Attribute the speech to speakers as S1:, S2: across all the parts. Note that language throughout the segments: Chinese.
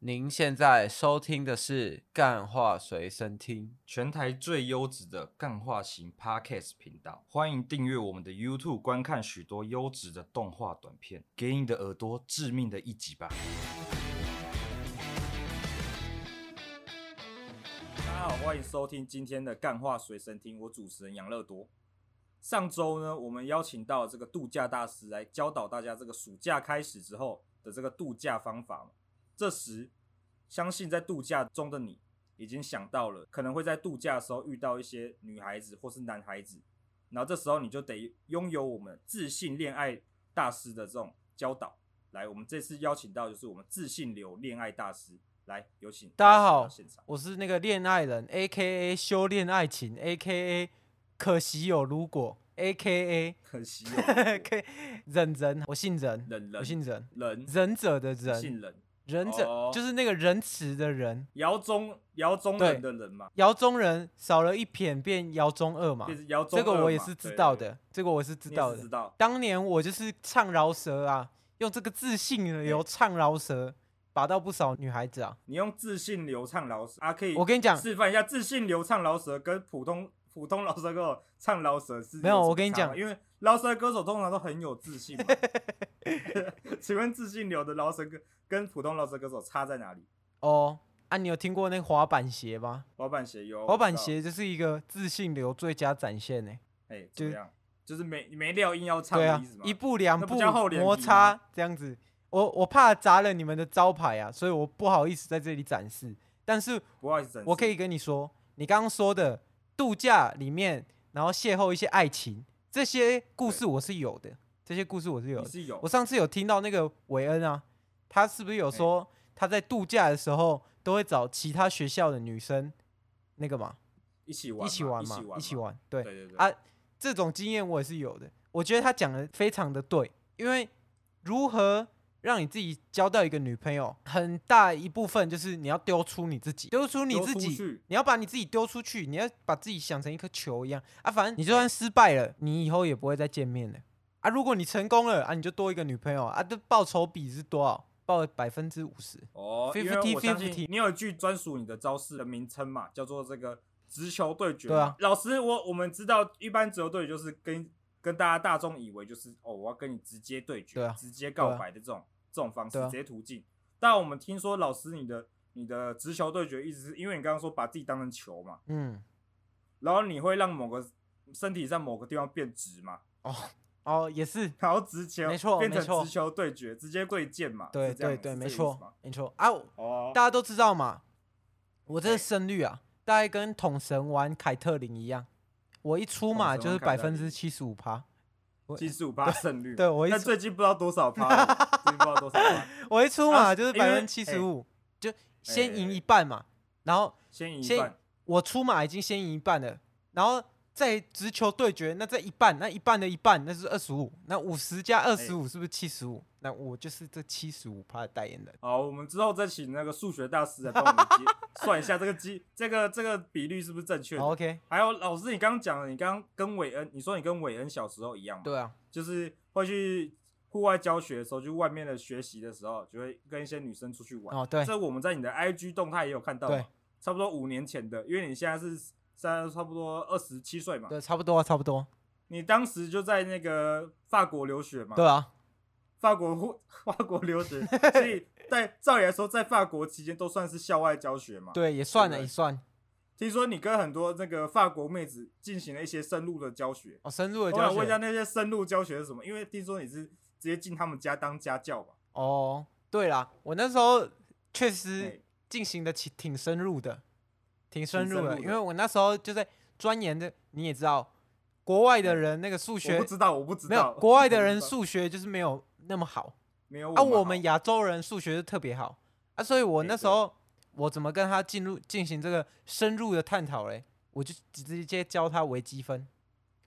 S1: 您现在收听的是《干话随身听
S2: 全台最优质的干化型 Podcast 频道，欢迎订阅我们的 YouTube，观看许多优质的动画短片，给你的耳朵致命的一击吧！》。大家好，欢迎收听今天的干话随身听，我主持人杨乐多。上周呢，我们邀请到了这个度假大师来教导大家这个暑假开始之后的这个度假方法嘛。这时，相信在度假中的你已经想到了，可能会在度假的时候遇到一些女孩子或是男孩子，然后这时候你就得拥有我们自信恋爱大师的这种教导。来，我们这次邀请到就是我们自信流恋爱大师，来有请
S3: 大家
S2: 大师
S3: 好
S2: 到现场。
S3: 我是那个恋爱人，A K A 修炼爱情，A K A 可惜有如果，A K
S2: 可惜
S3: A
S2: 哦，
S3: K 忍人，我姓忍，
S2: 忍人
S3: 我姓忍，
S2: 人
S3: 忍者的忍，
S2: 信人，
S3: 忍者、
S2: 嗯哦
S3: 就是那个仁慈的仁，
S2: 姚中姚中人的人嘛，
S3: 姚中人少了一撇变姚中二嘛
S2: 就，是姚中
S3: 啊这个
S2: 二
S3: 我也
S2: 嘛
S3: 是知
S2: 对
S3: 道
S2: 对
S3: 的，这个我是知
S2: 你也
S3: 道
S2: 是
S3: 的
S2: 知。道。
S3: 当年我就是唱饶舌啊，用这个自信流唱饶舌，把到不少女孩子啊。
S2: 你用自信流畅饶舌啊，可以
S3: 我跟你讲，
S2: 示范一下自信流畅饶舌跟普通普通饶舌歌手唱饶舌是
S3: 没有
S2: 什么
S3: 我跟你
S2: 差吗
S3: 讲
S2: 因为饶舌歌手通常都很有自 信嘛。请问自信流的饶舌歌跟普通饶舌歌手差在哪里？
S3: 哦，啊，你有听过那个滑板鞋吗？
S2: 滑板鞋有
S3: 滑板，
S2: 哦我知
S3: 鞋就是一个自信流最佳展现欸呢、
S2: 道哎，怎
S3: 就
S2: 么样？就是没没料硬要唱
S3: 对
S2: 的
S3: 啊
S2: 意思吗？，
S3: 一步两
S2: 那不
S3: 步
S2: 叫厚脸皮
S3: 摩
S2: 吗
S3: 擦这样子，我我怕砸了你们的招牌啊，所以我不好意思在这里展示。但是
S2: 不好意思，真是
S3: 我可以跟你说，你刚刚说的度假里面，然后邂逅一些爱情，这些故事我是有的，这些故事我是有
S2: 你
S3: 的。
S2: 是有
S3: 我上次有听到那个韦恩啊，他是不是有
S2: 嘿
S3: 说他在度假的时候都会找其他学校的女生那个嘛，
S2: 一起玩
S3: 一起玩
S2: 嘛
S3: 嘛，，一起
S2: 玩嘛，
S3: 玩，对
S2: 对，对对
S3: 啊这种经验我也是有的。我觉得他讲的非常的对，因为如何让你自己交到一个女朋友，很大一部分就是你要丢出你自己，丢出你
S2: 丢
S3: 自
S2: 出
S3: 己，
S2: 去
S3: 你要把你自己丢出去，你要把自己想成一颗球一样啊。反正你就算失败了，你以后也不会再见面了啊。如果你成功了啊，你就多一个女朋友啊。这报酬比是多少？报百分之五十。
S2: 哦，因为我相信
S3: 50-50
S2: 你有一句专属你的招式的名称嘛，叫做这个直球对决嘛。
S3: 对啊
S2: 老师，我我们知道一般直球对决就是跟跟大家大众以为就是哦，我要跟你直接对决，
S3: 对啊
S2: 直接告白的这种、这种方式，
S3: 对啊
S2: 直接途径。但我们听说老师你的你的直球对决意思是因为你刚刚说把自己当成球嘛，
S3: 嗯，
S2: 然后你会让某个身体在某个地方变直嘛，
S3: 哦，也是，
S2: 然后直球
S3: 没错
S2: 变
S3: 没错
S2: 成直球对决，直接对剑嘛。
S3: 对
S2: 是这样吗
S3: 对对，
S2: 是
S3: 没
S2: 这个意思
S3: 错
S2: 吗
S3: 没错啊。
S2: 哦，
S3: 大家都知道嘛，我这
S2: 对
S3: 个胜率啊，大概跟统神玩凯特琳一样，我一出马
S2: 统
S3: 就
S2: 神
S3: 是
S2: 玩凯
S3: 百
S2: 特啊
S3: 分
S2: 琳
S3: 之七十五趴，我
S2: 七十五趴胜率嘛。
S3: 对我一
S2: 但
S3: 出
S2: 最近不知道多少趴 了，最近不知道多少趴，
S3: 我一出
S2: 然后
S3: 马就是
S2: 因为
S3: 百分之七十五，就先
S2: 哎
S3: 赢一半嘛，然后
S2: 先赢一
S3: 先
S2: 半。
S3: 我出马已经先赢一半了，然后再直球对决，那这一半，那一半的一半，那是二十五，那五十加二十
S2: 哎
S3: 五是不是七十五？那我就是这七十五趴的代言人。
S2: 好，我们之后再请那个数学大师来帮我们计算一下这个机这个这个比率是不是正确
S3: 好
S2: 的。
S3: 哦，OK，
S2: 还有老师，你刚刚讲了，你刚刚跟韦恩，你说你跟韦恩小时候一样嘛，
S3: 对啊，
S2: 就是会去户外教学的时候，就外面的学习的时候，就会跟一些女生出去玩。
S3: 哦对，
S2: 这我们在你的 IG 动态也有看到嘛
S3: 对，
S2: 差不多五年前的，因为你现在是现在差不多二十七岁嘛，
S3: 对，差不多啊，差不多，
S2: 你当时就在那个法国留学嘛，
S3: 对啊，
S2: 法国户 法国留学， 所以在照理来说，在法国期间都算是校外教学嘛。，
S3: 对，也算
S2: 对
S3: 了，也算。
S2: 听说你跟很多那个法国妹子进行了一些深入的交学。
S3: 哦，深入的
S2: 我
S3: 教
S2: 想问一下，
S3: 学。
S2: 那些深入教学是什么？因为听说你是直接进他们家当家教嘛。
S3: 哦，对啦，我那时候确实
S2: 哎
S3: 进行的挺挺深入的，挺深入
S2: 深
S3: 的，
S2: 入
S3: 因
S2: 的
S3: 为我那时候就在钻研的，你也知道，国外的
S2: 哎
S3: 人那个数
S2: 我
S3: 学
S2: 不知道，我不知
S3: 没
S2: 道。
S3: 有，国外的
S2: 我
S3: 人
S2: 不知道
S3: 数学就是没有那么好
S2: 没有
S3: 啊，
S2: 我
S3: 我
S2: 们
S3: 们
S2: 好
S3: 亚洲人数学就特别好啊，所以我
S2: 哎
S3: 那时
S2: 对
S3: 候我怎么跟他进入进行这个深入的探讨嘞？我就直接教他微积分，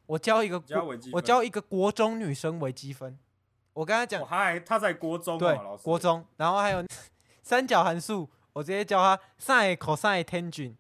S3: 我教一个
S2: 教
S3: 国
S2: 微积
S3: 我
S2: 分
S3: 教一个国中女生微积分，我跟他讲
S2: 我。还哦他在国中
S3: 对
S2: 嘛，老，师
S3: 国中，然后还有 三角函数，我直接教他 sin、cosine、tangent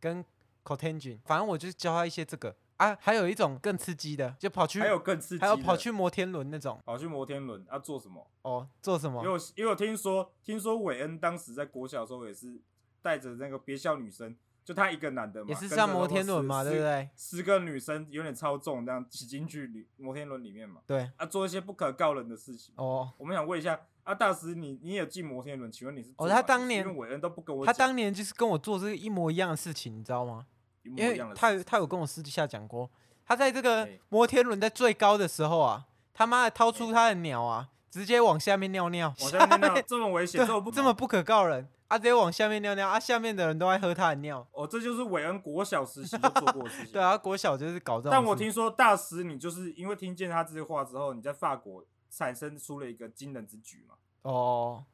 S3: 跟 cotangent，反正我就教他一些这个。啊，还有一种更刺激的，就跑去
S2: 还有更刺激的，
S3: 还有跑去摩天轮那种
S2: 跑去摩天轮啊，做什么？
S3: 哦，做什
S2: 因
S3: 么
S2: 为？我因为我听说听说韦恩当时在国小的时候也是带着那个别校女生，就他一个男的嘛，
S3: 也是
S2: 跟着
S3: 上摩天轮
S2: 十
S3: 嘛，
S2: 十
S3: 对不对？
S2: 十个女生有点超重，这样挤进去旅摩天轮里面嘛，
S3: 对，
S2: 啊，做一些不可告人的事情。
S3: 哦，
S2: 我们想问一下，啊，大师你，你也进摩天轮，请问你是做
S3: 哦
S2: 哪
S3: 他
S2: 里
S3: 当年
S2: 因为韦恩都不跟我
S3: 他
S2: 讲
S3: 当年就是跟我做这个一模一样的事情，你知道吗？
S2: 一模
S3: 因
S2: 一
S3: 为
S2: 样的事
S3: 他有
S2: 情
S3: 他有跟我私底下讲过，他在这个
S2: 哎
S3: 摩天轮在最高的时候啊，他妈的掏出他的鸟啊，直接往下面尿尿，
S2: 往下面那这么危险，
S3: 对
S2: 这么不
S3: 这么不可告人啊，直接往下面尿尿啊，下面的人都爱喝他的尿，
S2: 哦，这就是韦恩国小时期就做过的事情。
S3: 对啊，国小就是搞这种事。
S2: 但我听说大师，你就是因为听见他这些话之后，你在法国产生出了一个惊人之举嘛，
S3: 哦，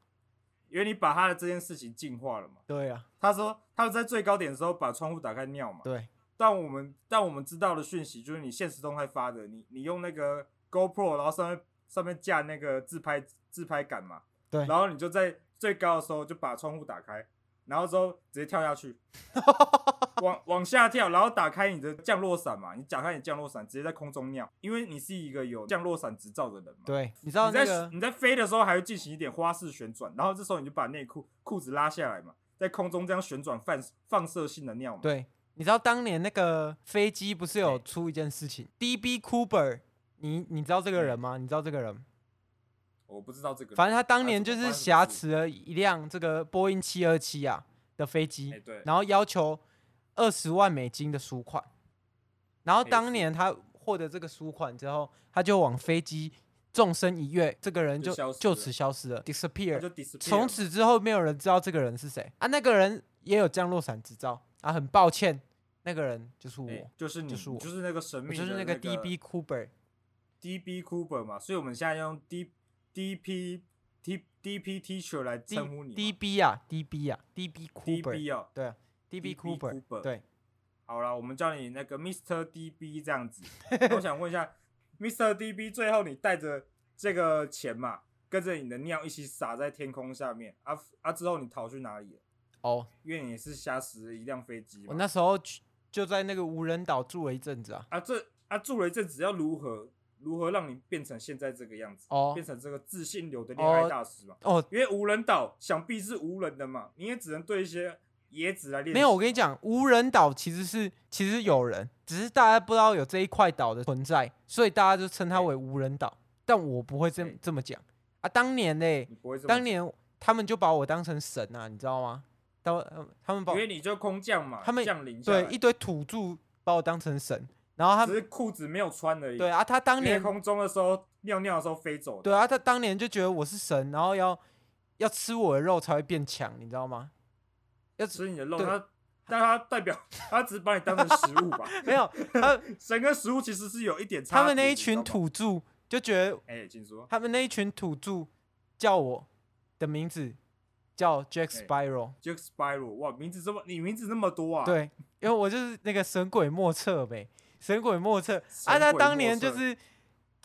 S2: 因为你把他的这件事情进化了嘛。
S3: 对啊，
S2: 他说他在最高点的时候把窗户打开尿嘛，
S3: 对，
S2: 但我们但我们知道的讯息就是你现实动态发的，你你用那个 GoPro，然后上面上面架那个自拍自拍杆嘛，
S3: 对
S2: 然后你就在最高的时候就把窗户打开，然后之后直接跳下 去，往往下跳，然后打开你的降落伞嘛，你打开你降落伞，直接在空中尿，因为你是一个有降落伞执照的人嘛。。
S3: 对，你知道
S2: 你
S3: 那
S2: 在、
S3: 个
S2: 你在飞的时候还会进行一点花式旋转，然后这时候你就把内裤裤子拉下来嘛，在空中这样旋转放放射性的尿嘛。
S3: 对，你知道当年那个飞机不是有
S2: 哎
S3: 出一件事情？DB Cooper，你你知道这个人吗？你知道这个人？
S2: 我不知道这个。
S3: 反正他当年
S2: 怎
S3: 就
S2: 么
S3: 是
S2: 发生什么
S3: 挟
S2: 事
S3: 持了一辆这个波音七二七啊的飞机，
S2: 哎对
S3: 然后要求二十万美金的赎款，然后
S2: 哎
S3: 当
S2: 是
S3: 年他获得这个赎款之后，他就往飞机纵身一跃，这个人
S2: 就消
S3: 就
S2: 失
S3: 就
S2: 了
S3: 此消失了
S2: 他
S3: ，disappear
S2: 就。disappear
S3: 从
S2: 了
S3: 此之后，没有人知道这个人是谁啊。那个人也有降落伞执照啊，很抱歉，那个人就是我，
S2: 哎就是你，
S3: 就是
S2: 你
S3: 我
S2: 就是那个神
S3: 我
S2: 秘的，
S3: 就是那
S2: 个
S3: 个 DB Cooper。
S2: DB Cooper 嘛，所以我们现在用 D DP T DP Teacher 来
S3: D
S2: 称呼你嘛
S3: DB 啊，DB 啊，DB Cooper，
S2: DB 哦。
S3: 对啊，DB
S2: DB Cooper
S3: Cooper，对，
S2: 好啦，我们叫你那个 Mr DB 这样子。 那我想问一下，Mr DB，最后你带着这个钱嘛，跟着你的尿一起撒在天空下面啊啊，之后你逃去哪里了？
S3: 哦，
S2: 因为你也是挟持了一辆飞机
S3: 我
S2: 嘛。
S3: 那时候去就在那个无人岛住了一阵子啊。
S2: 啊这啊住了一阵子，要如何如何让你变成现在这个样子？
S3: 哦
S2: 变成这个自信流的恋爱
S3: 哦
S2: 大师嘛？
S3: 哦，
S2: 因为无人岛想必是无人的嘛，你也只能对一些野子来练习。
S3: 没有，我跟你讲，无人岛其实是其实有人，只是大家不知道有这一块岛的存在，所以大家就称它
S2: 对
S3: 为无人岛。但我不会这么
S2: 对
S3: 这么讲啊。当年嘞，
S2: 你不会这么
S3: 当年他们就把我当成神啊，你知道吗？当呃他们把
S2: 因
S3: 我
S2: 为你就空降嘛，
S3: 他们
S2: 降临下来
S3: 对一堆土著把我当成神，然后他
S2: 只
S3: 们
S2: 是裤子没有穿而已。
S3: 对，啊，他当年
S2: 空中的时候尿尿的时候飞走的。
S3: 对啊，他当年就觉得我是神，然后要要吃我的肉才会变强，你知道吗？要吃
S2: 吃你的肉，
S3: 对
S2: 他但他代表他只把你当成食物 吧，
S3: 没有他
S2: 神跟食物其实是有一点差别。
S3: 他们那一
S2: 你知道
S3: 群
S2: 吗，
S3: 土著就觉得
S2: 哎、请说。
S3: 他们那一群土著叫我的名字叫 Jack
S2: 哎
S3: Spiral，、
S2: Jack Spiral，哇，名字这么，你名字那么多啊？，
S3: 对，因为我就是那个神鬼莫测呗， 神鬼莫测啊！
S2: 神
S3: 他
S2: 鬼
S3: 当
S2: 莫
S3: 年就
S2: 测
S3: 是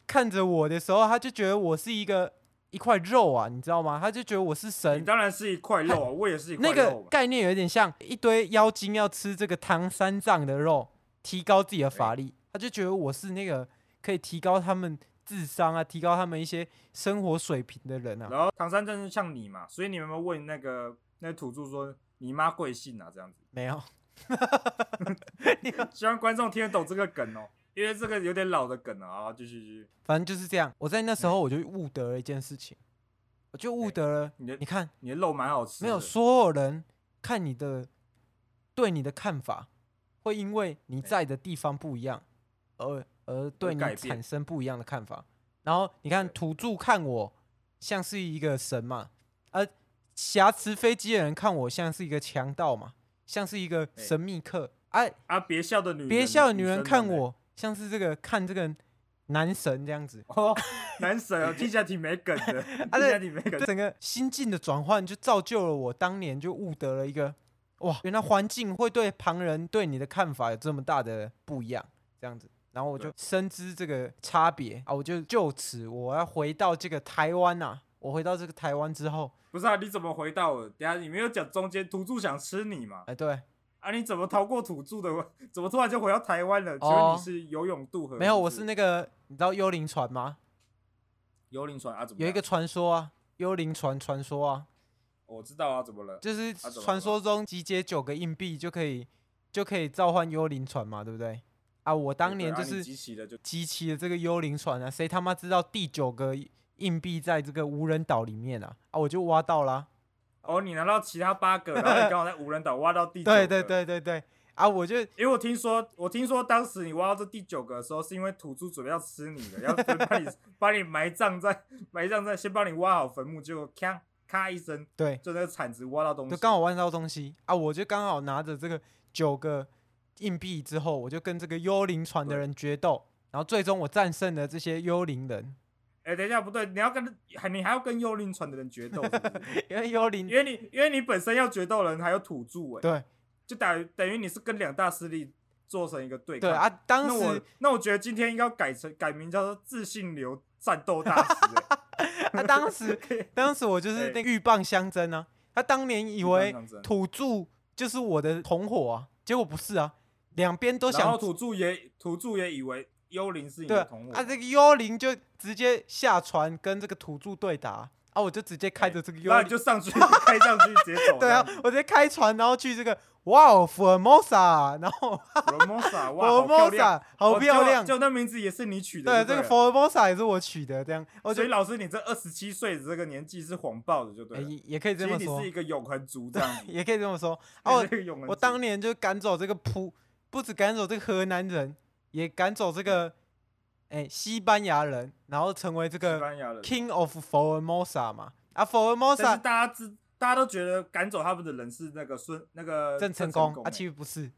S3: 看着我的时候，他就觉得我是一个一块肉啊，你知道吗？他就觉得我是
S2: 你
S3: 神，
S2: 当然是一块肉啊，我也是一块
S3: 那个
S2: 肉嘛。
S3: 概念有点像一堆妖精要吃这个唐三藏的肉，提高自己的法力。他就觉得我是那个可以提高他们智商啊，提高他们一些生活水平的人啊。
S2: 然后唐三藏就像你嘛，所以你有没有问那个那土著说你妈贵姓啊？这样子，
S3: 没有，
S2: 希望观众听得懂这个梗哦，因为这个有点老的梗了啊。继续继续，
S3: 反正就是这样。我在那时候我就悟得了一件事情，我就
S2: 嗯
S3: 悟
S2: 哎
S3: 得了。
S2: 你的
S3: 你看，
S2: 你的肉蛮好吃的，
S3: 没有所有人看你的对你的看法，会因为你
S2: 哎
S3: 在的地方不一样，而而对你
S2: 改变
S3: 产生不一样的看法。然后你看
S2: 对
S3: 土著看我像是一个神嘛，而挟持飞机的人看我像是一个强盗嘛，像是一个
S2: 哎
S3: 神秘客。哎、
S2: 啊，别笑的女人呢，
S3: 别笑的女人
S2: 生
S3: 看
S2: 呢，
S3: 我像是这个看这个男神这样子，
S2: 哦，男神哦，听起来挺没梗 的，
S3: 啊
S2: 听起来挺没梗的。
S3: 整个心境的转换就造就了我当年就悟得了一个哇，原来环境会对旁人对你的看法有这么大的不一样，这样子。然后我就
S2: 对
S3: 深知这个差别啊，我就就此我要回到这个台湾呐、我回到这个台湾之后，
S2: 不是啊，你怎么回到我？等一下你没有讲中间土著想吃你嘛
S3: 哎、？对，
S2: 啊，你怎么逃过土著的？ 怎么突然就回到台湾了？请问
S3: 哦
S2: 你是游泳渡河？
S3: 没有，我是那个你知道幽灵船吗？
S2: 幽灵船啊，怎么
S3: 有一个
S2: 了，
S3: 传说啊，幽灵船传说啊，
S2: 我知道啊，怎么了？
S3: 就是
S2: 怎么
S3: 传
S2: 了
S3: 说中集结九个硬币就可以就可以召唤幽灵船嘛，对不对？啊，我当年就
S2: 对啊你
S3: 是
S2: 集齐了就
S3: 集齐了这个幽灵船啊，谁他妈知道第九个硬币在这个无人岛里面啊？啊，我就挖到啦。
S2: 哦，你拿到其他八个，然后你刚好在无人岛挖到第九
S3: 对
S2: 个。
S3: 对。对对对，啊，我就
S2: 因为我听说，我听说当时你挖到这第九个的时候，是因为土著准备要吃你了，要分把 你把你埋葬在埋葬在，先帮你挖好坟墓，结果咔咔一声，
S3: 对，
S2: 就那个铲子挖到东西。
S3: 就刚好挖到东西啊，我就刚好拿着这个九个硬币之后，我就跟这个幽灵船的
S2: 对
S3: 人决斗，然后最终我战胜了这些幽灵人，
S2: 哎、等一下，不对，你要跟还你还要跟幽灵船的人决斗是不 是
S3: 因为幽灵
S2: 因为你因为你本身要决斗的人还有土著哎、
S3: 对
S2: 就等于等于你是跟两大势力做成一个对抗。
S3: 对啊，当
S2: 那我
S3: 时
S2: 那我觉得今天应该要改成改名叫做自信流战斗大师、欸。
S3: 啊，当时当时我就是那个鹬蚌相争啊，他当年 以为
S2: 土
S3: 土著就是我的同伙啊，结果不是啊，两边都
S2: 然后
S3: 想
S2: 土著也土著也以为幽灵是你
S3: 对
S2: 的
S3: 啊
S2: 同，伙，
S3: 啊这个幽灵就直接下船跟这个土著对打啊，我就直接开着这个幽
S2: 然后哎
S3: 灵
S2: 你就上去 开上去直接走。
S3: 对啊，我直接开船，然后去这个哇哦，Formosa，然后
S2: ，Formosa 哇，好漂亮，
S3: Formosa 好漂亮，
S2: 哦就就那名字也是你取的
S3: 对，
S2: 就
S3: 这
S2: 对
S3: 个哦
S2: 了。
S3: Formosa 也是我取的，这样我
S2: 所
S3: 觉
S2: 以
S3: 得
S2: 老师，你这二十七岁的这个年纪是谎报的，就对
S3: 哎
S2: 了。
S3: 也也可以
S2: 其
S3: 这
S2: 实
S3: 么
S2: 你
S3: 说
S2: 是，一个永恒族这样子。
S3: 也可以这么说啊，
S2: 哦
S3: 我，我当年就赶走这个普，不止赶走这个河南人，也赶走这个哎西班牙人，然后成为这
S2: 西
S3: 个
S2: 班牙人，
S3: King of Formosa 嘛，
S2: 但
S3: 啊
S2: 是
S3: ，Formosa
S2: 大家知，大家都觉得赶走他们的人是那个孙那个
S3: 郑成
S2: 功欸
S3: 功，啊，其
S2: 其
S3: 实不是，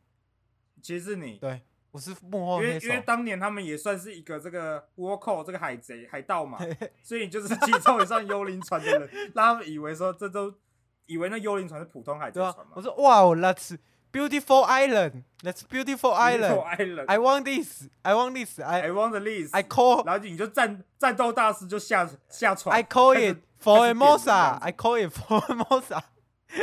S2: 其实是你，
S3: 对，我是幕后
S2: 因为
S3: 黑
S2: 因
S3: 手，
S2: 为当年他们也算是一个这个倭寇这个海贼海盗嘛，所以你就是其中以上幽灵船的人，让他们以为说这都以为那幽灵船是普通海贼
S3: 对啊
S2: 船，嘛。
S3: 我说哇哦，That's beautiful island, That's beautiful island.
S2: Island，I
S3: I want this, I want this, I
S2: want the list。
S3: I call
S2: 然后你就战战斗大师就下下船
S3: I call
S2: 开始
S3: it
S2: 开始点名这
S3: Formosa,
S2: 样
S3: I call it Formosa。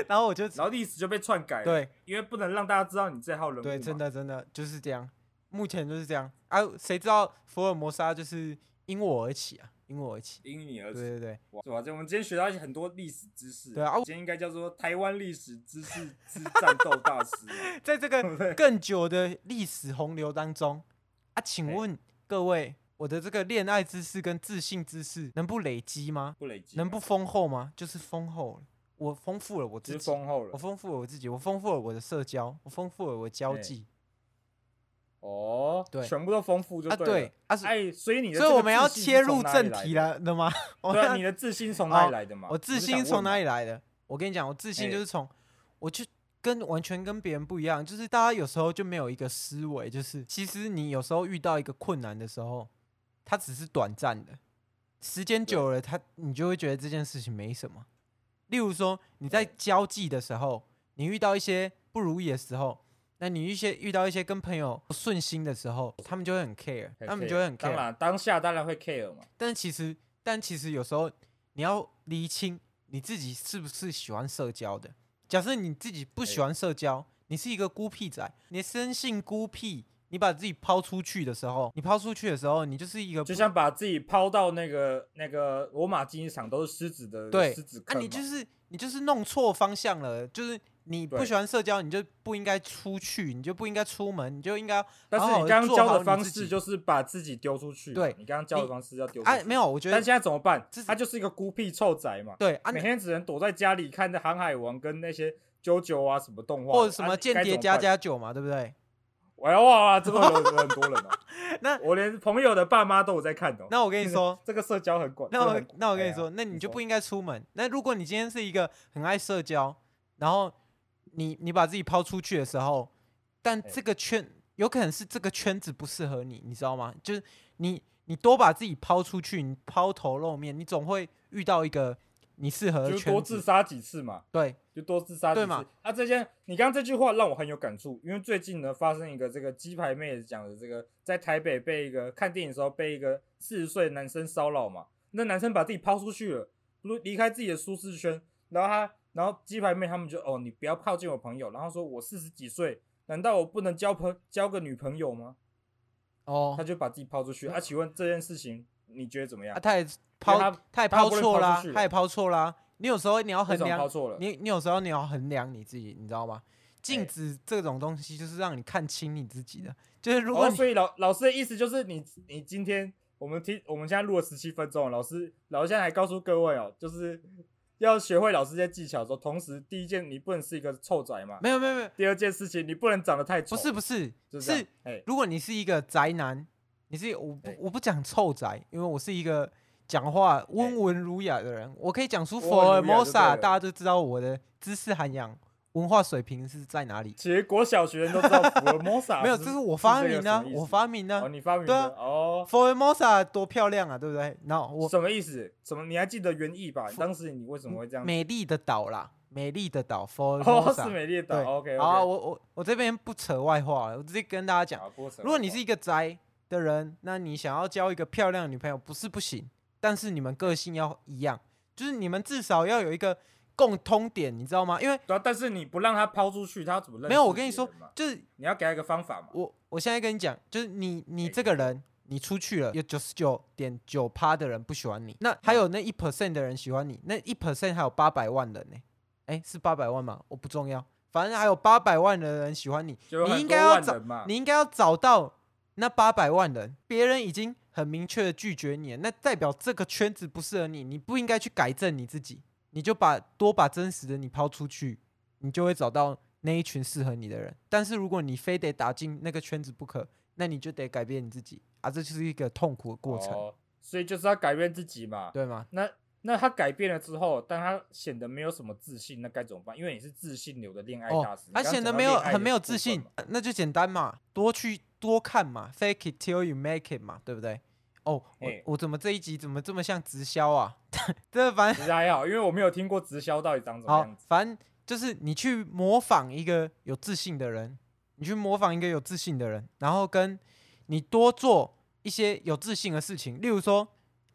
S3: 然后我就
S2: 然后历史就被篡改了，，
S3: 对
S2: 因为不能让大家知道你这号人物嘛。
S3: 对，真的真的就是这样，目前就是这样啊。谁知道福尔摩沙就是因我而起啊，因我而起。
S2: 因你而
S3: 对
S2: 起。
S3: 对对，
S2: 哇，对吧？这我们今天学到一些很多历史知识，
S3: 对啊我
S2: 今天应该叫做台湾历史知识之战斗大师嘛，
S3: 在这
S2: 对不
S3: 个
S2: 对？
S3: 更久的历史洪流当中啊，请
S2: 哎
S3: 问各位，我的这个恋爱知识跟自信知识能不累积吗？
S2: 不累积，
S3: 能不丰厚吗？就是丰厚了，我丰富了我
S2: 只
S3: 自
S2: 是
S3: 己，
S2: 丰厚了
S3: 我。丰富了我自己，我丰富了我的社交，我丰富了我的交
S2: 哎
S3: 际
S2: 哦，
S3: 对
S2: 全部都丰富就
S3: 啊，
S2: 对
S3: 对啊，
S2: 了。
S3: 所
S2: 哎，所以你的
S3: 所以
S2: 这个
S3: 我们要
S2: 自信
S3: 切
S2: 是从
S3: 入
S2: 哪
S3: 正
S2: 里来
S3: 题
S2: 的。
S3: 了的吗？ 我
S2: 对啊，
S3: 要
S2: 你的自信从哪
S3: 哦
S2: 里来的嘛？
S3: 我自信从哪
S2: 里？
S3: 里来的？我跟你讲，我自信
S2: 哎
S3: 就是从我就跟完全跟别人不一样，就是大家有时候就没有一个思维，就是其实你有时候遇到一个困难的时候，它只是短暂的，时间
S2: 对
S3: 久了，它你就会觉得这件事情没什么。例如说你在
S2: 对
S3: 交际的时候，你遇到一些不如意的时候，那你一些遇到一些跟朋友不顺心的时候，他们就会很 care，
S2: 很
S3: 他们
S2: care
S3: 就会很
S2: 当
S3: care。
S2: 然，当下当然会 care 嘛。
S3: 但其实，但其实有时候你要厘清你自己是不是喜欢社交的。假设你自己不喜
S2: 哎
S3: 欢社交，你是一个孤僻仔，你生性孤僻，你把自己抛出去的时候，你抛出去的时候，你就是一个
S2: 就
S3: 不
S2: 像把自己抛到那个那个罗马竞技场都是狮子的
S3: 对
S2: 狮子
S3: 啊，
S2: 坑嘛。
S3: 你就是你就是弄错方向了，就是你不
S2: 对
S3: 喜欢社交，你就不应该出去，你就不应该出门，你就应该
S2: 但是
S3: 好好
S2: 你
S3: 地
S2: 刚刚
S3: 做
S2: 教
S3: 好
S2: 的
S3: 你
S2: 方
S3: 自
S2: 式
S3: 己
S2: 就是把自己丢出去嘛。
S3: 对
S2: 你刚刚教的
S3: 你
S2: 方式要丢出
S3: 啊，
S2: 去。
S3: 没有，我觉
S2: 但
S3: 得
S2: 现在怎么办
S3: 这？是
S2: 他就是一个孤僻臭仔嘛，
S3: 对啊，
S2: 每
S3: 你
S2: 天只能躲在家里看着《航海王》跟那些啾啾啊什么动画的，
S3: 或者什
S2: 啊
S3: 么间谍加，加酒嘛，对不对？。
S2: 你该怎么办哎呀哇哇，这个有有很多人哦
S3: 那
S2: 我连朋友的爸妈都有在看的哦。
S3: 那我跟你说，
S2: 这个社交很广。
S3: 那
S2: 这个
S3: 我
S2: 很广
S3: 那我跟
S2: 哎
S3: 你
S2: 呀
S3: 说，那你就不
S2: 你
S3: 应该出门。那如果你今天是一个很爱社交，然后你你把自己抛出去的时候，但
S2: 哎
S3: 这个圈有可能是这个圈子不适合你，你知道吗？就是你你多把自己抛出去，你抛头露面，你总会遇到一个你适合的
S2: 就多
S3: 圈
S2: 自
S3: 子。
S2: 杀几次嘛，
S3: 对，
S2: 就多自杀几
S3: 对
S2: 次。
S3: 嘛
S2: 啊，这件你刚刚这句话让我很有感触，因为最近呢发生一个这个鸡排妹讲的这个，在台北被一个看电影的时候被一个四十岁的男生骚扰嘛，那男生把自己抛出去了，如离开自己的舒适圈，然后他。然后鸡排妹他们就哦，你不要靠近我朋友，然后说我四十几岁，难道我不能交朋交个女朋友吗？他
S3: 哦，
S2: 就把自己抛出去啊。请问这件事情你觉得怎么样
S3: 啊，？他也抛，
S2: 他
S3: 他也
S2: 他
S3: 抛
S2: 不会
S3: 错
S2: 抛
S3: 啦
S2: 出去，
S3: 他也抛错啦。你有时候你要
S2: 为
S3: 衡
S2: 什么
S3: 量
S2: 抛，错了？
S3: 你你有时候你要衡量你自己，你知道吗？
S2: 哎
S3: 镜子这种东西就是让你看清你自己的，就是如果
S2: 哦，
S3: 你
S2: 所以老老师的意思就是你你今天我们听我们现在录了十七分钟，老师老师现在还告诉各位哦，就是要学会老师这些技巧的时候，同时第一件你不能是一个臭宅嘛，
S3: 没有没有没有，
S2: 第二件事情你不能长得太丑，
S3: 不是不是
S2: 就是这样
S3: 是，
S2: 哎
S3: 如果你是一个宅男，你是我不
S2: 哎
S3: 我不讲臭宅，因为我是一个讲话温文儒雅的人，我可以讲出
S2: 温
S3: 佛
S2: 文
S3: 尔
S2: 儒雅
S3: 摩
S2: 就
S3: 萨，
S2: 对了
S3: 大家都知道我的知识涵养、文化水平是在哪里。
S2: 其实国小学生都知道福尔摩萨
S3: 没有，这是我发明的啊、
S2: 的，
S3: 我发明的、
S2: 哦，你发明
S3: 对
S2: 的、
S3: 啊
S2: 哦。
S3: 佛尔摩萨多漂亮啊，对不对？那我
S2: 什么意思？什么？你还记得原意吧？当时你为什么会这样？
S3: 美丽的岛啦，美丽的岛佛尔摩
S2: 哦，
S3: 萨
S2: 是。美丽的
S3: 对
S2: 岛。OK，
S3: 好啊，我我我这边不扯外话了，我直接跟大家讲，如果你是一个宅的人，那你想要交一个漂亮的女朋友不是不行，但是你们个性要一样，就是你们至少要有一个共通点，你知道吗？因为
S2: 对啊，但是你不让他抛出去，他怎么认识
S3: 没有，我跟你
S2: 别
S3: 说
S2: 人嘛，
S3: 就是
S2: 你要给他一个方法嘛。
S3: 我我现在跟你讲，就是你你
S2: 哎
S3: 这个人，你出去了有九十九点九趴的人不喜欢你，那还有那一 percent 的人喜欢你，那一 percent 还有八百万人呢、哎、是八百万吗？我不重要，反正还有八百万的人喜欢你，
S2: 就有
S3: 你
S2: 很
S3: 应
S2: 多
S3: 该要
S2: 万
S3: 找
S2: 人嘛，
S3: 你应该要找到那八百万人，别人已经很明确的拒绝你了，那代表这个圈子不适合你，你不应该去改正你自己，你就把多把真实的你抛出去，你就会找到那一群适合你的人。但是如果你非得打进那个圈子不可，那你就得改变你自己啊，这就是一个痛苦的过程，
S2: 哦所以就是要改变自己嘛。
S3: 对吗？
S2: 那那他改变了之后，但他显得没有什么自信，那该怎么办？因为你是自信流的恋爱大
S3: 哦
S2: 师，，
S3: 他
S2: 你刚刚
S3: 显
S2: 讲
S3: 得
S2: 到
S3: 没有
S2: 恋爱
S3: 很
S2: 的
S3: 没有
S2: 部
S3: 自
S2: 分
S3: 信
S2: 嘛，
S3: 呃那就简单嘛，多去多看嘛，fake it till you make it 嘛，对不对？哦，我
S2: 嘿
S3: 我怎么这一集怎么这么像直销啊？ 这反
S2: 其
S3: 正
S2: 实还好，因为我没有听过直销到底长什么
S3: 好
S2: 样子，。
S3: 反正就是你去模仿一个有自信的人，你去模仿一个有自信的人，然后跟你多做一些有自信的事情，例如说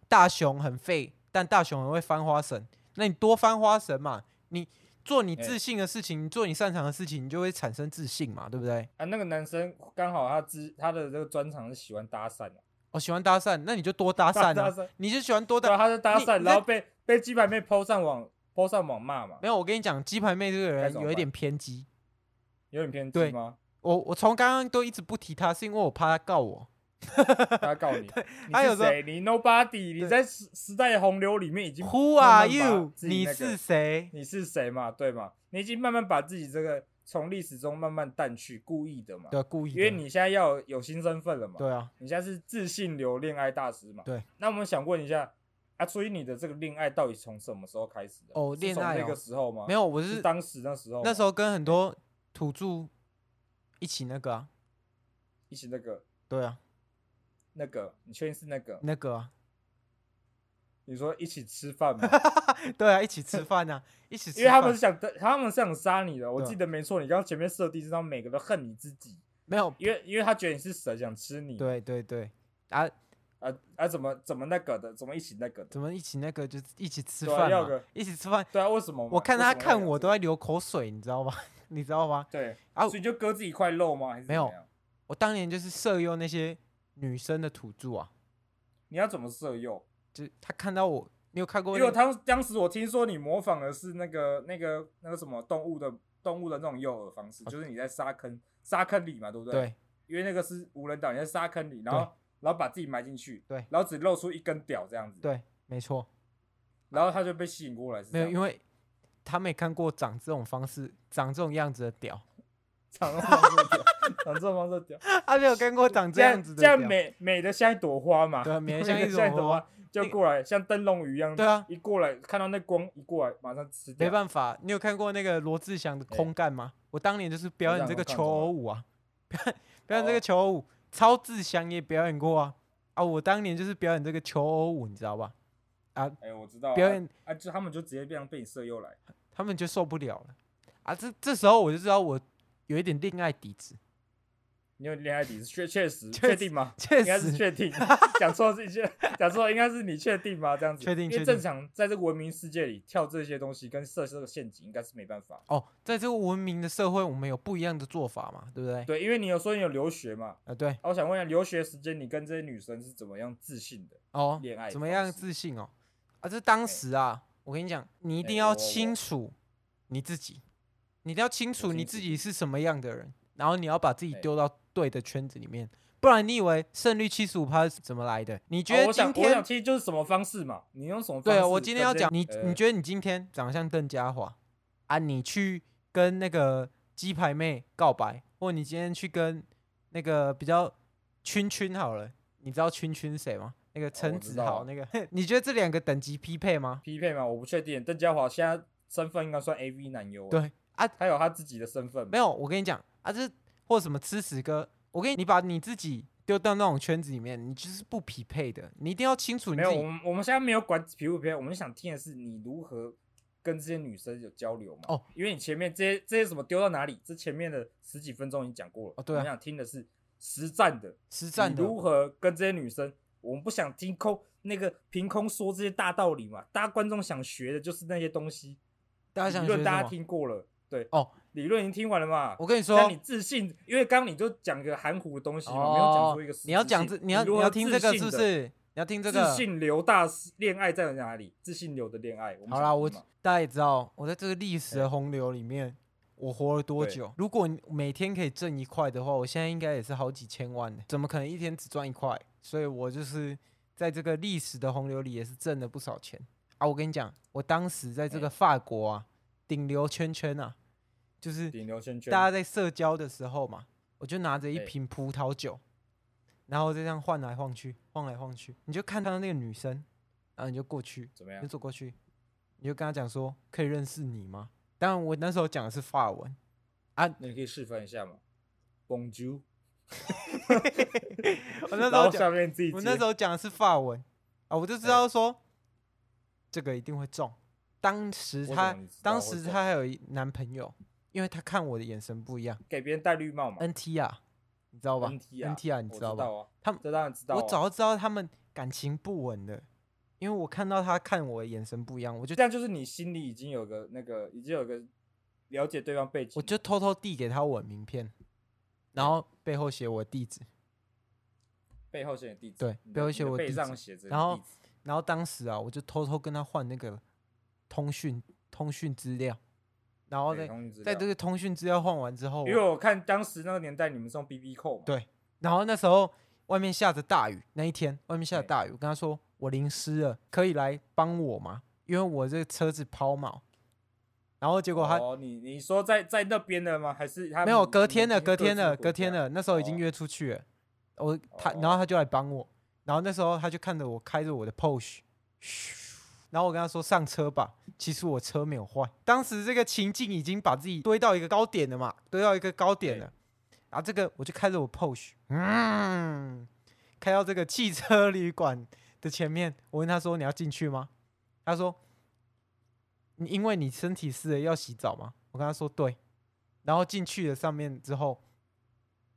S3: 大雄很废，但大雄很会翻花绳，那你多翻花绳嘛，你做你
S2: 哎
S3: 自信的事情，你做你擅长的事情，你就会产生自信嘛，对不对？
S2: 啊，那个男生刚好他自他的这个专长是喜欢搭讪的，
S3: 我、哦喜欢搭讪，那你就多搭 讪
S2: 搭
S3: 啊！
S2: 讪
S3: 你就喜欢多
S2: 对
S3: 搭
S2: 啊，。他是搭
S3: 你
S2: 讪，
S3: 你
S2: 然
S3: 在
S2: 后被被鸡排妹抛上网抛上网骂嘛
S3: 没，有，我跟你讲，鸡排妹这个
S2: 该
S3: 人
S2: 怎么
S3: 有
S2: 办
S3: 一点偏激。
S2: 有点偏
S3: 对
S2: 激吗？
S3: 我我从刚刚都一直不提她，是因为我怕她告我。
S2: 他告你，你
S3: 他有
S2: 是
S3: 时候
S2: 谁？你 nobody，你
S3: 对
S2: 在时时代的洪流里面已经
S3: Who
S2: 慢慢
S3: are
S2: 把
S3: you？
S2: 自己
S3: 你
S2: 那个
S3: 是谁？
S2: 你是谁嘛？对嘛？你已经慢慢把自己这个从历史中慢慢淡去，故意的嘛。
S3: 对啊，故意的。
S2: 因为你现在要有新身份了嘛。
S3: 对啊，
S2: 你现在是自信流恋爱大师嘛。
S3: 对。
S2: 那我们想问一下，啊，所以你的这个恋爱到底从什么时候开始的？
S3: 哦
S2: 是
S3: 恋
S2: 从
S3: 爱
S2: 那个
S3: 哦
S2: 时候吗？
S3: 没有，我
S2: 是
S3: 是
S2: 当时那时候吗，
S3: 那时候跟很多土著一起那个啊，
S2: 一起那个
S3: 对啊，
S2: 那个，你确定是那个？
S3: 那个啊，
S2: 你说一起吃饭吗？
S3: 对啊，一起吃饭啊，一起吃
S2: 因为他们
S3: 饭
S2: 是想，他们是想杀你的。我
S3: 对啊
S2: 记得没错，你刚刚前面设定是让每个都恨你自己，
S3: 没有，
S2: 因为因为他觉得你是蛇，想吃你。。
S3: 对对对啊，
S2: 啊啊，怎么怎么那个的，怎么一起那个的？
S3: 怎么一起那个就一起吃
S2: 对啊
S3: 饭
S2: 要
S3: 嘛
S2: 个，
S3: 一起吃饭，
S2: 对啊，为什么嘛？
S3: 我看
S2: 为
S3: 他
S2: 什么要
S3: 看
S2: 聊
S3: 我
S2: 这
S3: 都
S2: 个
S3: 在流口水，你知道吗？ 你知道吗？
S2: 对
S3: 啊
S2: 所以就割自己一块肉吗？还是
S3: 没有
S2: 怎么样？
S3: 我当年就是色诱那些女生的土著啊，
S2: 你要怎么色诱？
S3: 就是他看到我，你有看过
S2: 因
S3: 那
S2: 为
S3: 个？
S2: 当当时我听说你模仿的是那个那个那个什么动物的动物的那种诱饵方式，就是你在沙坑沙坑里嘛，对不对？。
S3: 哦对
S2: 因为那个是无人岛，你在沙坑里，然后然后把自己埋进去，
S3: 对
S2: 然后只露出一根屌这样子，
S3: 对，没错，
S2: 然后他就被吸引过来，是
S3: 没有，因
S2: 为
S3: 为他没看过长这种方式、长这种样子的 屌，
S2: 长这种方式的屌，长这种方式的屌，
S3: 他没有看过长
S2: 这
S3: 样子的
S2: 这
S3: 屌。
S2: 样美美的像一朵花嘛，
S3: 对啊美得像一朵
S2: 朵
S3: 花
S2: 花，就过来像灯笼鱼一样，
S3: 对啊
S2: 一过来看到那光一过来马上吃掉，
S3: 没办法，你有看过那个罗志祥的空干吗？我当年就是表演这个求偶舞啊，表演这个求偶舞，超志祥也表演过啊啊！我当年就是表演这个求偶舞，你知道吧？
S2: 哎、我知道啊
S3: 表演
S2: 啊，就他们就直接这样被你色诱来，
S3: 他们就受不了了啊！这这时候我就知道我有一点恋爱底子，
S2: 你有恋爱底子，确确实
S3: 确
S2: 确定吗？
S3: 确
S2: 应该是
S3: 实
S2: 确 定，讲错是确，讲错应该是你确定吗？这样子，
S3: 确定
S2: 因
S3: 确
S2: 为正
S3: 定
S2: 常在这个文明世界里跳这些东西跟设这个陷阱，应该是没办法。
S3: 哦，在这个文明的社会，我们有不一样的做法嘛，对不对？
S2: 对，因为你有说你有留学嘛，
S3: 啊，对
S2: 啊，我想问一下，留学时间你跟这些女生是怎么样自信的？
S3: 哦，
S2: 恋爱
S3: 怎么
S2: 方
S3: 样
S2: 式
S3: 自信哦？啊，这当时啊，我跟你讲，你
S2: 哎
S3: 一定要
S2: 我
S3: 清
S2: 我
S3: 楚你自己，你一定要清楚
S2: 清
S3: 你
S2: 楚
S3: 自
S2: 自
S3: 己是什么样的人，然后你要把自己
S2: 哎
S3: 丢到对的圈子里面，不然你以为胜率七十五趴是怎么来的？你觉
S2: 哦
S3: 得
S2: 我
S3: 今
S2: 想，我
S3: 天
S2: 想其实就是什么方式嘛，你用什么方式？
S3: 对，啊我今天要讲你，你
S2: 得？
S3: 觉得你今天长得像邓家华啊？你去跟那个鸡排妹告白，或你今天去跟那个比较圈圈好了，你知道圈圈谁吗？那个陈
S2: 我知
S3: 子
S2: 道
S3: 豪，
S2: 啊
S3: 那个， 你觉得这两个等级匹配吗？
S2: 匹配嘛，我不确定。邓家华现在身份应该算 AV 男优，，
S3: 对啊，
S2: 他有他自己的身份嘛。
S3: 没有，我跟你讲啊，这或什么吃屎哥，我跟你，你把你自己丢到那种圈子里面，你就是不匹配的，你一定要清楚你
S2: 没
S3: 自
S2: 有，我
S3: 己。
S2: 们我们现在没有管皮肤片，我们想听的是你如何跟这些女生有交流嘛？
S3: 哦，
S2: 因为你前面这些这些什么丢到哪里，这前面的十几分钟已经讲过了。
S3: 哦对啊
S2: 我们想听的是实战的，
S3: 实战
S2: 你
S3: 的，
S2: 如何跟这些女生。我们不想听空那个凭空说这些大道理嘛，大家观众想学的就是那些东西。
S3: 大家想
S2: 理
S3: 学
S2: 论
S3: 什
S2: 大
S3: 么
S2: 家？听过了，对
S3: 哦，
S2: 理论已经听完了嘛。
S3: 我跟你
S2: 那
S3: 说
S2: 你，自信，因为刚刚你就讲一个含糊的东西嘛，没有
S3: 哦，
S2: 讲出一个实质性。
S3: 你要讲这，你要
S2: 如
S3: 你
S2: 何
S3: 要听这个
S2: 自
S3: 是
S2: 信
S3: 不
S2: 的
S3: 是？你要听这
S2: 自
S3: 个。
S2: 信流大师恋爱在哪里？自信流的恋爱。我们
S3: 好啦，
S2: 想
S3: 我
S2: 听嘛
S3: 大家也知道，我在这个历史的
S2: 哎
S3: 洪流里面，我活了多
S2: 对
S3: 久？如果你每天可以挣一块的话，我现在应该也是好几千万呢。怎么可能一天只赚一块？所以我就是在这个历史的洪流里也是挣了不少钱啊！我跟你讲，我当时在这
S2: 哎
S3: 个法国啊，顶流圈圈啊，就是
S2: 顶流圈圈，
S3: 大家在社交的时候嘛，我就拿着一
S2: 对
S3: 瓶葡萄酒，然后就这样晃来晃去，晃来晃去，你就看到那个女生，然后你就过去，
S2: 怎么
S3: 你就
S2: 样？
S3: 走过去，你就跟他讲说，可以认识你吗？当然，我那时候讲的是法文，
S2: 那你可以示范一下 嘛？Bonjour，
S3: 我那
S2: 然
S3: 时候
S2: 后
S3: 讲，
S2: 下面自己
S3: 我那时
S2: 候
S3: 候讲的是法文啊，我就知
S2: 哎
S3: 道说、这个一定会中。当时
S2: 为什
S3: 她
S2: 么你知，道
S3: 当
S2: 会
S3: 时
S2: 中
S3: 她还有一男朋友，因为她看我的眼神不一样。
S2: 给别人戴绿帽嘛
S3: NT 啊，你知道吧
S2: NT 啊
S3: 你
S2: 我知
S3: 知道吧？
S2: 道啊，
S3: 他们
S2: 这当然知道啊。
S3: 我早就知道他们感情不稳的，因为我看到他看我的眼神不一样，我就
S2: 这样就是你心里已经有个那个，已经有个了解对方背景了。
S3: 我就偷偷递给他我的名片，然后背后写我的地址，
S2: 背后写你地址，
S3: 对
S2: 你的
S3: 背后
S2: 你
S3: 写
S2: 的
S3: 我
S2: 背
S3: 地
S2: 上
S3: 址
S2: 写着
S3: 然
S2: 你
S3: 后
S2: 地址
S3: 然后当时啊，我就偷偷跟他换那个通讯通讯资料，然后
S2: 对
S3: 在
S2: 通讯资
S3: 在
S2: 料
S3: 这个通讯资料换完之后
S2: 因，为我看当时那个年代你们是用 BB 扣嘛，
S3: 对然后那时候外面下着大雨，那一天外面下着
S2: 对
S3: 大雨，我跟他说我淋湿了，可以来帮我吗？因为我这个车子抛锚，然后结果他
S2: 哦，你你说在在那边的吗？还是他
S3: 没有，
S2: 们
S3: 隔天
S2: 你
S3: 的，
S2: 们已经
S3: 隔天
S2: 各自
S3: 的，
S2: 回
S3: 隔天
S2: 家
S3: 的，那时候已经
S2: 哦
S3: 约出去了。我他，然后他就来帮我，然后那时候他就看着我开着我的 Porsche，嘘然后我跟他说上车吧。其实我车没有坏，当时这个情境已经把自己堆到一个高点了嘛，堆到一个高点
S2: 对
S3: 了。然后这个我就开着我 Porsche，嗯，开到这个汽车旅馆的前面，我问他说你要进去吗？他说你因为你身体湿了要洗澡吗？我跟他说对，然后进去了上面之后，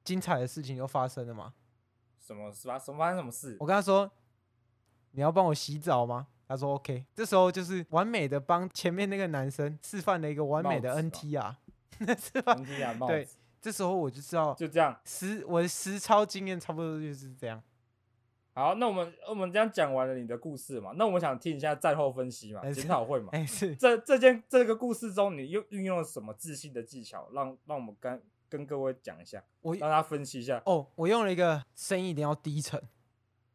S3: 精彩的事情就发生了嘛。
S2: 什么是吧？什么发生什么事
S3: 我？跟他说你要帮我洗澡吗？他说 OK。这时候就是完美的帮前面那个男生示范了一个完美的
S2: 帽子
S3: NT 啊，是吧？
S2: 红提啊，帽
S3: 对
S2: 子，
S3: 这时候我就知道
S2: 就这样。
S3: 实我的实操经验差不多就是 这样。
S2: 好，那我们我们这样讲完了你的故事嘛，那我们想听一下战后分析嘛，
S3: 哎
S2: 检讨会嘛。
S3: 哎、是
S2: 这这件这个故事中，你又运用了什么自信的技巧？让让我们跟跟各位讲一下，
S3: 我
S2: 让大家分析一下。
S3: 哦，我用了一个声音一定要低沉，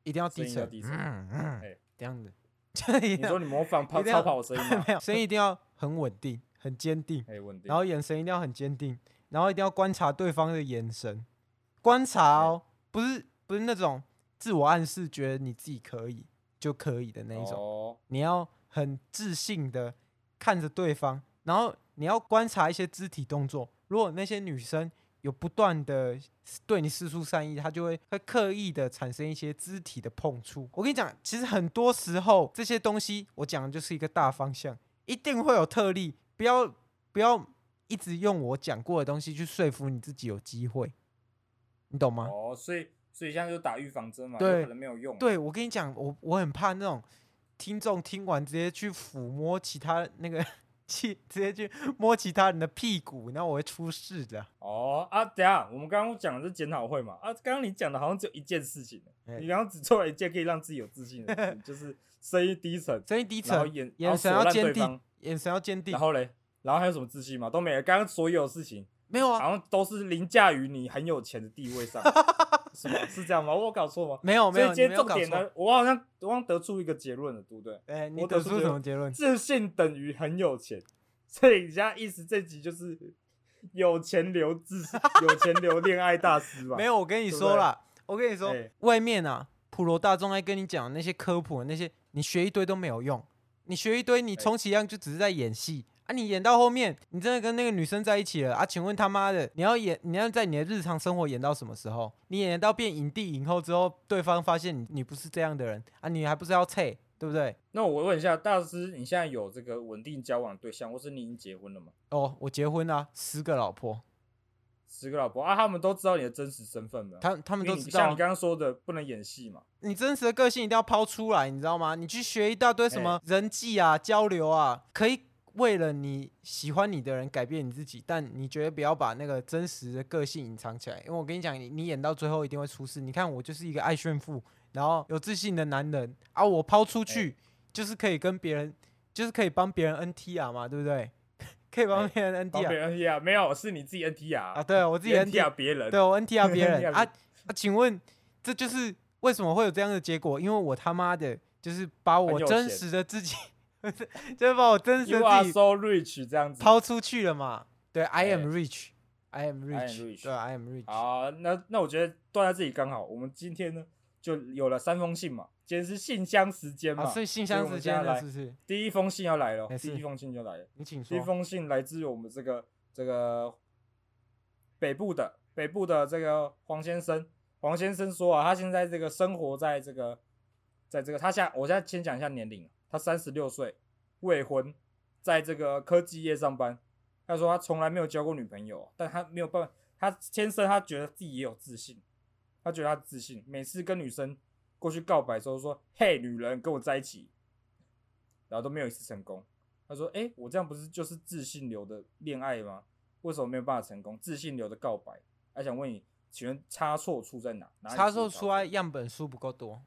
S3: 一定要低
S2: 声音要
S3: 沉，
S2: 低沉
S3: 嗯嗯，
S2: 哎
S3: 这样子， 这样
S2: 你说你模仿跑
S3: 一定要
S2: 超跑的声音吗？
S3: 没有，声音一定要很稳定、很坚定，
S2: 可以稳定。
S3: 然后眼神一定要很坚定，然后一定要观察对方的眼神，观察哦，不是不是那种自我暗示，觉得你自己可以就可以的那一种，
S2: 哦，
S3: 你要很自信的看着对方，然后你要观察一些肢体动作，如果那些女生。有不断的对你施出善意，她就会会刻意的产生一些肢体的碰触。我跟你讲，其实很多时候这些东西，我讲的就是一个大方向，一定会有特例。不要不要一直用我讲过的东西去说服你自己有机会。你懂吗？
S2: 哦，所以所以现在就打预防针嘛，有
S3: 对
S2: 可能没有用。，
S3: 对我跟你讲，我我很怕那种听众听完直接去抚摸其他那个 去直接去摸其他人的屁股，那我会出事的。
S2: 哦啊，等一下我们刚刚讲的是检讨会嘛，啊，刚刚你讲的好像只有一件事情，欸
S3: 哎
S2: 你刚刚只做了一件可以让自己有自信的 事情，就是声音低沉，
S3: 声音低
S2: 然后
S3: 沉，
S2: 眼
S3: 眼神
S2: 然后锁
S3: 要
S2: 烂
S3: 坚
S2: 对方
S3: 定，眼神要坚定
S2: 然。后嘞，然后还有什么自信吗？都没有。刚刚所有事情
S3: 没有啊，
S2: 好像都是凌驾于你很有钱的地位 上，是吗？是这样吗？我有搞错吗？
S3: 没有哦没
S2: 所以
S3: 有，
S2: 今天
S3: 你没有
S2: 重
S3: 搞
S2: 点
S3: 错
S2: 呢，，我好像我好像得出一个结论了，对不对？
S3: 哎，你
S2: 我
S3: 得
S2: 得出
S3: 出
S2: 结
S3: 什
S2: 论
S3: 么结论？
S2: 自信等于很有钱，所以人家意思这集就是有钱留自 信，有钱留恋爱大师吧？
S3: 没，有，我跟你
S2: 对不
S3: 说
S2: 对
S3: 啦，我跟你说
S2: 哎，
S3: 外面啊，普罗大众在跟你讲的那些科普的那些，你学一堆都没有用，你学一堆，你
S2: 哎
S3: 充其量就只是在演戏。啊！你演到后面，你真的跟那个女生在一起了啊？请问他妈的，你要演，你要在你的日常生活演到什么时候？你演到变影帝影后之后，对方发现你你不是这样的人啊，你还不是要菜，对不对？
S2: 那我问一下大师，你现在有这个稳定交往对象，或是你已经结婚了吗？
S3: 哦，我结婚啦、十个老婆，
S2: 十个老婆啊，他们都知道你的真实身份吗？
S3: 他他
S2: 他
S3: 们都知道啊。
S2: 像你刚刚说的，不能演戏嘛。
S3: 你真实的个性一定要抛出来，你知道吗？你去学一大堆什
S2: 哎
S3: 么人际啊、交流啊，可以为了你喜欢你的人改变你自己，但你绝对不要把那个真实的个性隐藏起来，因为我跟你讲，你你演到最后一定会出事。你看我就是一个爱炫富，然后有自信的男人啊，我抛出去
S2: 哎
S3: 就是可以跟别人，就是可以帮别人 NTR 嘛，对不对？ 可以帮
S2: 哎
S3: 别人
S2: 帮别
S3: NTR
S2: 人 NTR 没有，是你自己 NTR
S3: 啊，，对我自己
S2: NTR 别人。
S3: 对我 NTR 别
S2: NTR
S3: 人啊啊，请问这就是为什么会有这样的结果？因为我他妈的就是把我
S2: 有
S3: 真
S2: 钱
S3: 实的自己， 就是把我真实
S2: You are
S3: 的自己
S2: so rich 这样子。
S3: 抛出去了嘛？对，I am rich，I am
S2: am
S3: rich，
S2: rich
S3: 对，I am rich。
S2: 好，啊那那我觉得断在这里刚好。我们今天呢就有了三封信嘛，今天是信箱时间嘛，
S3: 啊，所以信
S2: 所以
S3: 箱
S2: 我们
S3: 时
S2: 现
S3: 间
S2: 在
S3: 了，
S2: 来
S3: 是不是？
S2: 第一封信要来了
S3: 哎，
S2: 第
S3: 是
S2: 一封信就来了。
S3: 你请
S2: 第一
S3: 说。
S2: 封信来自于我们这个这个北部的北部的这个黄先生，黄先生说啊，他现在这个生活在这个在这个他现在我现在先讲一下年龄，啊他三十六岁，未婚，在这个科技业上班。他说他从来没有交过女朋友，但他没有办法，他天生他觉得自己也有自信，他觉得他自信，每次跟女生过去告白的时候说：“嘿，女人，跟我在一起。”然后都没有一次成功。他说：“哎、我这样不是就是自信流的恋爱吗？为什么没有办法成功？自信流的告白，还想问你，请问差错处在哪？哪里
S3: 插售出来
S2: 差错
S3: 样本数不够多。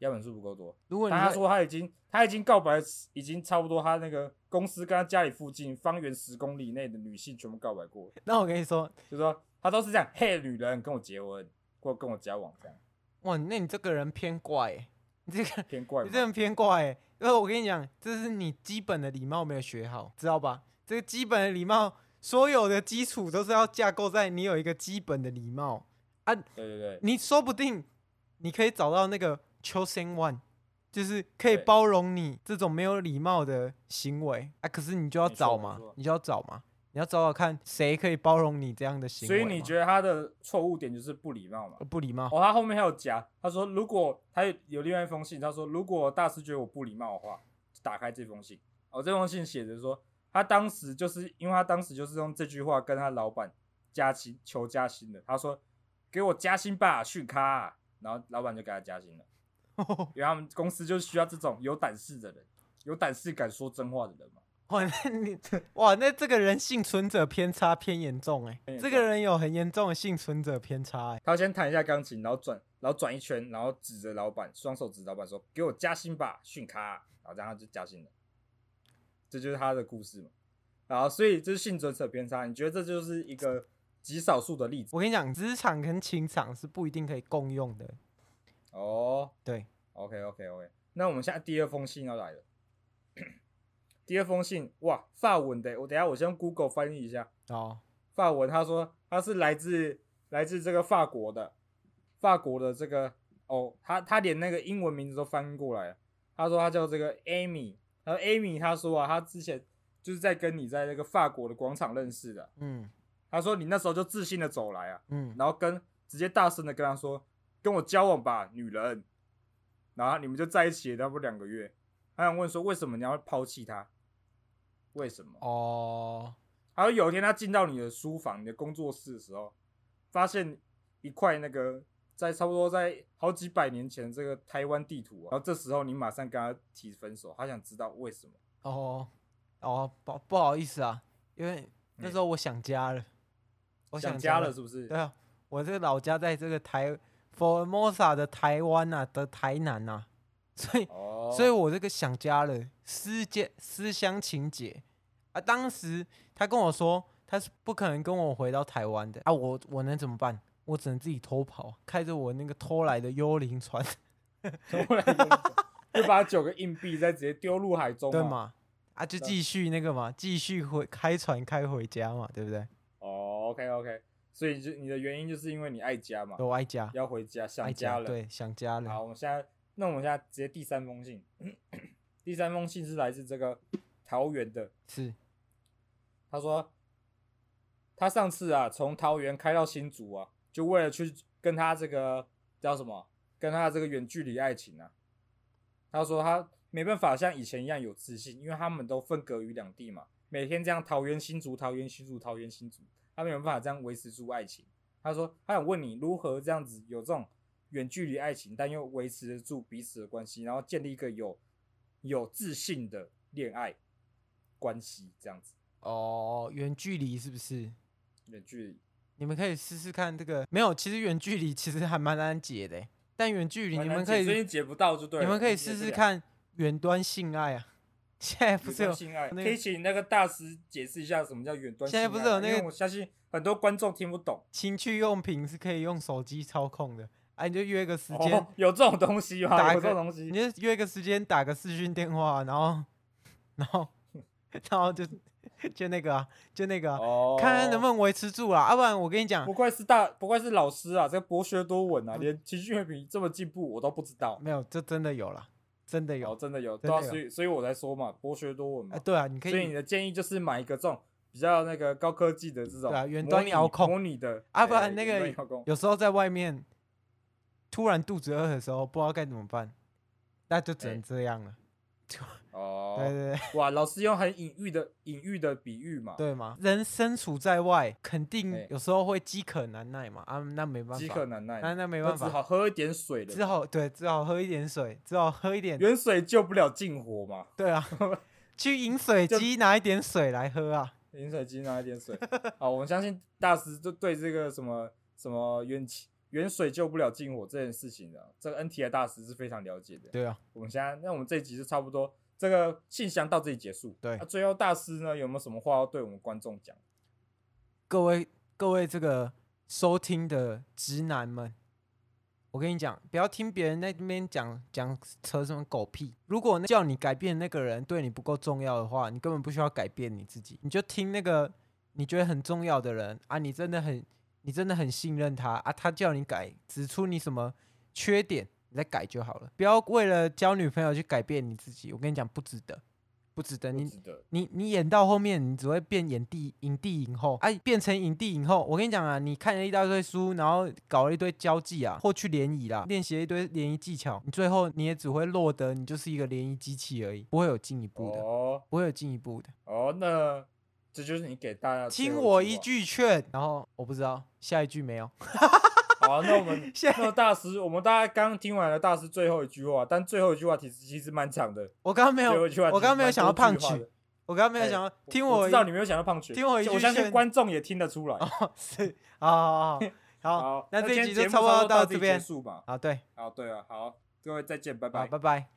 S2: 样本数不够多。
S3: 如果你
S2: 但他
S3: 在
S2: 说他已经他已经告白，已经差不多他那个公司跟他家里附近方圆十公里内的女性全部告白过了，
S3: 那我跟你说，
S2: 就说他都是这样，嘿，女人跟我结婚或跟我交往这样，
S3: 哇，那你这个人偏怪欸，你这个
S2: 偏怪
S3: 你
S2: 嘛。
S3: 这很偏怪、欸，因为我跟你讲，这是你基本的礼貌没有学好，知道吧？这个基本的礼貌，所有的基础都是要架构在你有一个基本的礼貌。
S2: 对对对，
S3: 你说不定你可以找到那个 chosen one，就是可以
S2: 对
S3: 包容你这种没有礼貌的行为啊。可是你就要
S2: 没错
S3: 找
S2: 没
S3: 嘛
S2: 错，
S3: 你就要找嘛，你要找找看谁可以包容你这样的行
S2: 所
S3: 为
S2: 以
S3: 嘛。
S2: 你觉得他的错误点就是不礼貌嘛？
S3: 呃不礼貌？
S2: 哦，他后面还有夹，他说如果他有有另外一封信，他说如果大师觉得我不礼貌的话，就打开这封信。哦，这封信写着说，他当时就是因为他当时就是用这句话跟他老板加薪求加薪的，他说给我加薪吧，续咖、啊然后老板就给他加薪了，因为他们公司就需要这种有胆识的人，有胆识敢说真话的人嘛。
S3: 哇，那你 哇，那这个人幸存者偏差偏严重哎、
S2: 偏严
S3: 这
S2: 重
S3: 个人有很严重的幸存者偏差哎、
S2: 他先弹一下钢琴，然后转，然后转一圈，然后指着老板，双手指老板说：“给我加薪吧，训咖。”然后这样他就加薪了。这就是他的故事嘛。然后，所以这是幸存者偏差。你觉得这就是一个极少数的例子
S3: 我跟你讲，职场跟情场是不一定可以共用的。
S2: 哦？
S3: 对
S2: ，OK OK OK。那我们现在第二封信要来了。 第二封信，哇，法文的，我等一下我先用 Google 翻译一下。
S3: 哦，
S2: 法文，他说他是来自来自这个法国的，法国的这个哦，他他连那个英文名字都翻过来了。他说他叫这个 Amy，然后 Amy 他说啊，他之前就是在跟你在那个法国的广场认识的。
S3: 嗯
S2: 他说你那时候就自信的走来啊，
S3: 嗯，
S2: 然后跟直接大声的跟他说，跟我交往吧，女人。然后你们就在一起了差不多两个月。他想问说，为什么你要抛弃他？为什么？
S3: 哦，
S2: 还有有一天他进到你的书房、你的工作室的时候，发现一一块那个在差不多在好几百年前这个台湾地图、啊，然后这时候你马上跟他提分手，他想知道为什么。
S3: 哦哦，不不好意思啊，因为那时候我想家了，我
S2: 想
S3: 家
S2: 家了是不是
S3: 对？啊，我这个老家在这个台 Formosa 的台湾呐、啊、的台南呐、啊，所以
S2: 哦，
S3: 所以我这个想家了，思见思乡情结啊。当时他跟我说，他是不可能跟我回到台湾的啊，我我能怎么办？我只能自己偷跑，开着我那个偷来的幽灵 船，
S2: 后来 就就把九个硬币再直接丢入海中
S3: 对
S2: 嘛。
S3: 吗？啊，就
S2: 对
S3: 继续那个嘛，继续回开船开回家嘛，对不对？
S2: 哦，OK OK，所以就你的原因就是因为你爱家嘛，
S3: 都爱家，
S2: 要回家想
S3: 爱
S2: 家
S3: 家，
S2: 了。
S3: 对，想家了。
S2: 好，我们现在，那我们现在直接第三封信。 第三封信是来自这个桃园的，
S3: 是
S2: 他说他上次啊从桃园开到新竹啊，就为了去跟他这个叫什么，跟他这个远距离爱情啊。他说他没办法像以前一样有自信，因为他们都分隔于两地嘛，每天这样桃园新竹、桃园新竹、桃园新竹，他没有办法这样维持住爱情。他说他想问你如何这样子有这种远距离爱情，但又维持得住彼此的关系，然后建立一个有有自信的恋爱关系，这样子
S3: 哦，远距离是不是？
S2: 远距离。
S3: 你们可以试试看这个。没有，其实远距离其实还蛮难解的欸，但远距离
S2: 蛮
S3: 你
S2: 难
S3: 们
S2: 解
S3: 可以
S2: 最近解不到就对了，
S3: 你们可
S2: 解
S3: 以试
S2: 不
S3: 试
S2: 了。
S3: 看远端性爱啊。 现在不
S2: 远
S3: 是有
S2: 端性爱，
S3: 那个
S2: 啊可以请那个大师解释一下什么叫远端性
S3: 现
S2: 爱
S3: 在
S2: 吗？
S3: 不是有那个
S2: 因为我相信很多观众听不懂。
S3: 情趣用品是可以用手机操控的，啊，你就约个时间，
S2: 哦，有这种东西吗？
S3: 打
S2: 有
S3: 个
S2: 这种东
S3: 你
S2: 西，
S3: 就约个时间打个视讯电话，然后， 然后，然后就就那个啊，就那个啊、
S2: 哦
S3: 看看能不。能维持住啦。要、啊不然我跟你讲
S2: 不，愧是大，不愧是老师啊！这个博学多闻啊，
S3: 嗯
S2: 连情绪用品这么进步，我都不知道。
S3: 没有，这真的有啦，真的有
S2: 有，真的有，
S3: 真
S2: 对啊，
S3: 的有
S2: 所以所以我才说嘛，博学多闻嘛
S3: 啊，。对啊，你可
S2: 所以你
S3: 以
S2: 的建议就是买一个这种比较那个高科技的这种
S3: 对啊远
S2: 模
S3: 端
S2: 拟
S3: 遥控
S2: 模拟的
S3: 啊不
S2: 对
S3: 然那个
S2: 远端遥控
S3: 有时候在外面突然肚子饿的时候，不知道该怎么办，那就只
S2: 哎
S3: 能这样了。
S2: 哦，
S3: 对对对。
S2: 哇，老师用很隐喻的隐喻的比喻嘛，
S3: 对吗？人身处在外，肯定
S2: 哎
S3: 有时候会饥渴难耐嘛。啊，那没办
S2: 饥
S3: 法，
S2: 渴难耐，
S3: 那那没
S2: 那
S3: 办
S2: 只
S3: 法，
S2: 好喝一点水了。
S3: 只好对，只好喝一点水，只好喝一点。
S2: 远水救不了近火嘛，
S3: 对啊，去饮水
S2: 就
S3: 机拿一点水来 喝啊。
S2: 饮水机拿一点水。 好，我们相信大师就对这个什么什么远远水救不了近火这件事情的、这个 NTI 大师是非常了解的。
S3: 对啊，
S2: 我们现在，那我们这一集就差不多，这个信箱到这里结束。
S3: 对
S2: 那、最后大师呢有没有什么话要对我们观众讲？
S3: 各位各位这个收听的直男们，我跟你讲，不要听别人在那边讲讲扯什么狗屁。如果那叫你改变那个人对你不够重要的话，你根本不需要改变你自己，你就听那个你觉得很重要的人啊，你真的很你真的很信任他啊，他叫你改，指出你什么缺点，你再改就好了。不要为了交女朋友去改变你自己，我跟你讲，不值得，不值得。
S2: 不
S3: 你
S2: 值得。
S3: 你你演到后面，你只会变影帝、影帝、影后，哎、变成影帝、影后。我跟你讲啊，你看了一大堆书，然后搞了一堆交际啊，或去联谊啦，练习了一堆联谊技巧，你最后你也只会落得你就是一个联谊机器而已，不会有进一步的，
S2: 哦
S3: 不会有进一步的。
S2: 哦，那这就是你给大家的最
S3: 听
S2: 后
S3: 我
S2: 计
S3: 一
S2: 划。
S3: 句劝，然后我不知道下一句没有，
S2: 好、啊，那我们
S3: 现
S2: 那大师，我们大家刚听完了大师最后一句话，但最后一句话其实其实蛮长的。
S3: 我刚刚没
S2: 最后
S3: 有
S2: 一句话，
S3: 我刚刚没有想到胖
S2: 曲，
S3: 曲，我刚刚没有
S2: 哎
S3: 想到听
S2: 我
S3: 我
S2: 知
S3: 一
S2: 道你没有想到胖曲，
S3: 听我一句
S2: 我相信
S3: 劝
S2: 观众也听得出来。
S3: 是好好好好
S2: 好，
S3: 那这
S2: 今
S3: 一
S2: 天
S3: 集
S2: 节
S3: 就
S2: 目
S3: 差不多
S2: 到
S3: 到
S2: 这里
S3: 这
S2: 结
S3: 边，
S2: 束吧。
S3: 好对，
S2: 好，对啊，好，各位再见，拜
S3: 好
S2: 拜。
S3: 拜拜。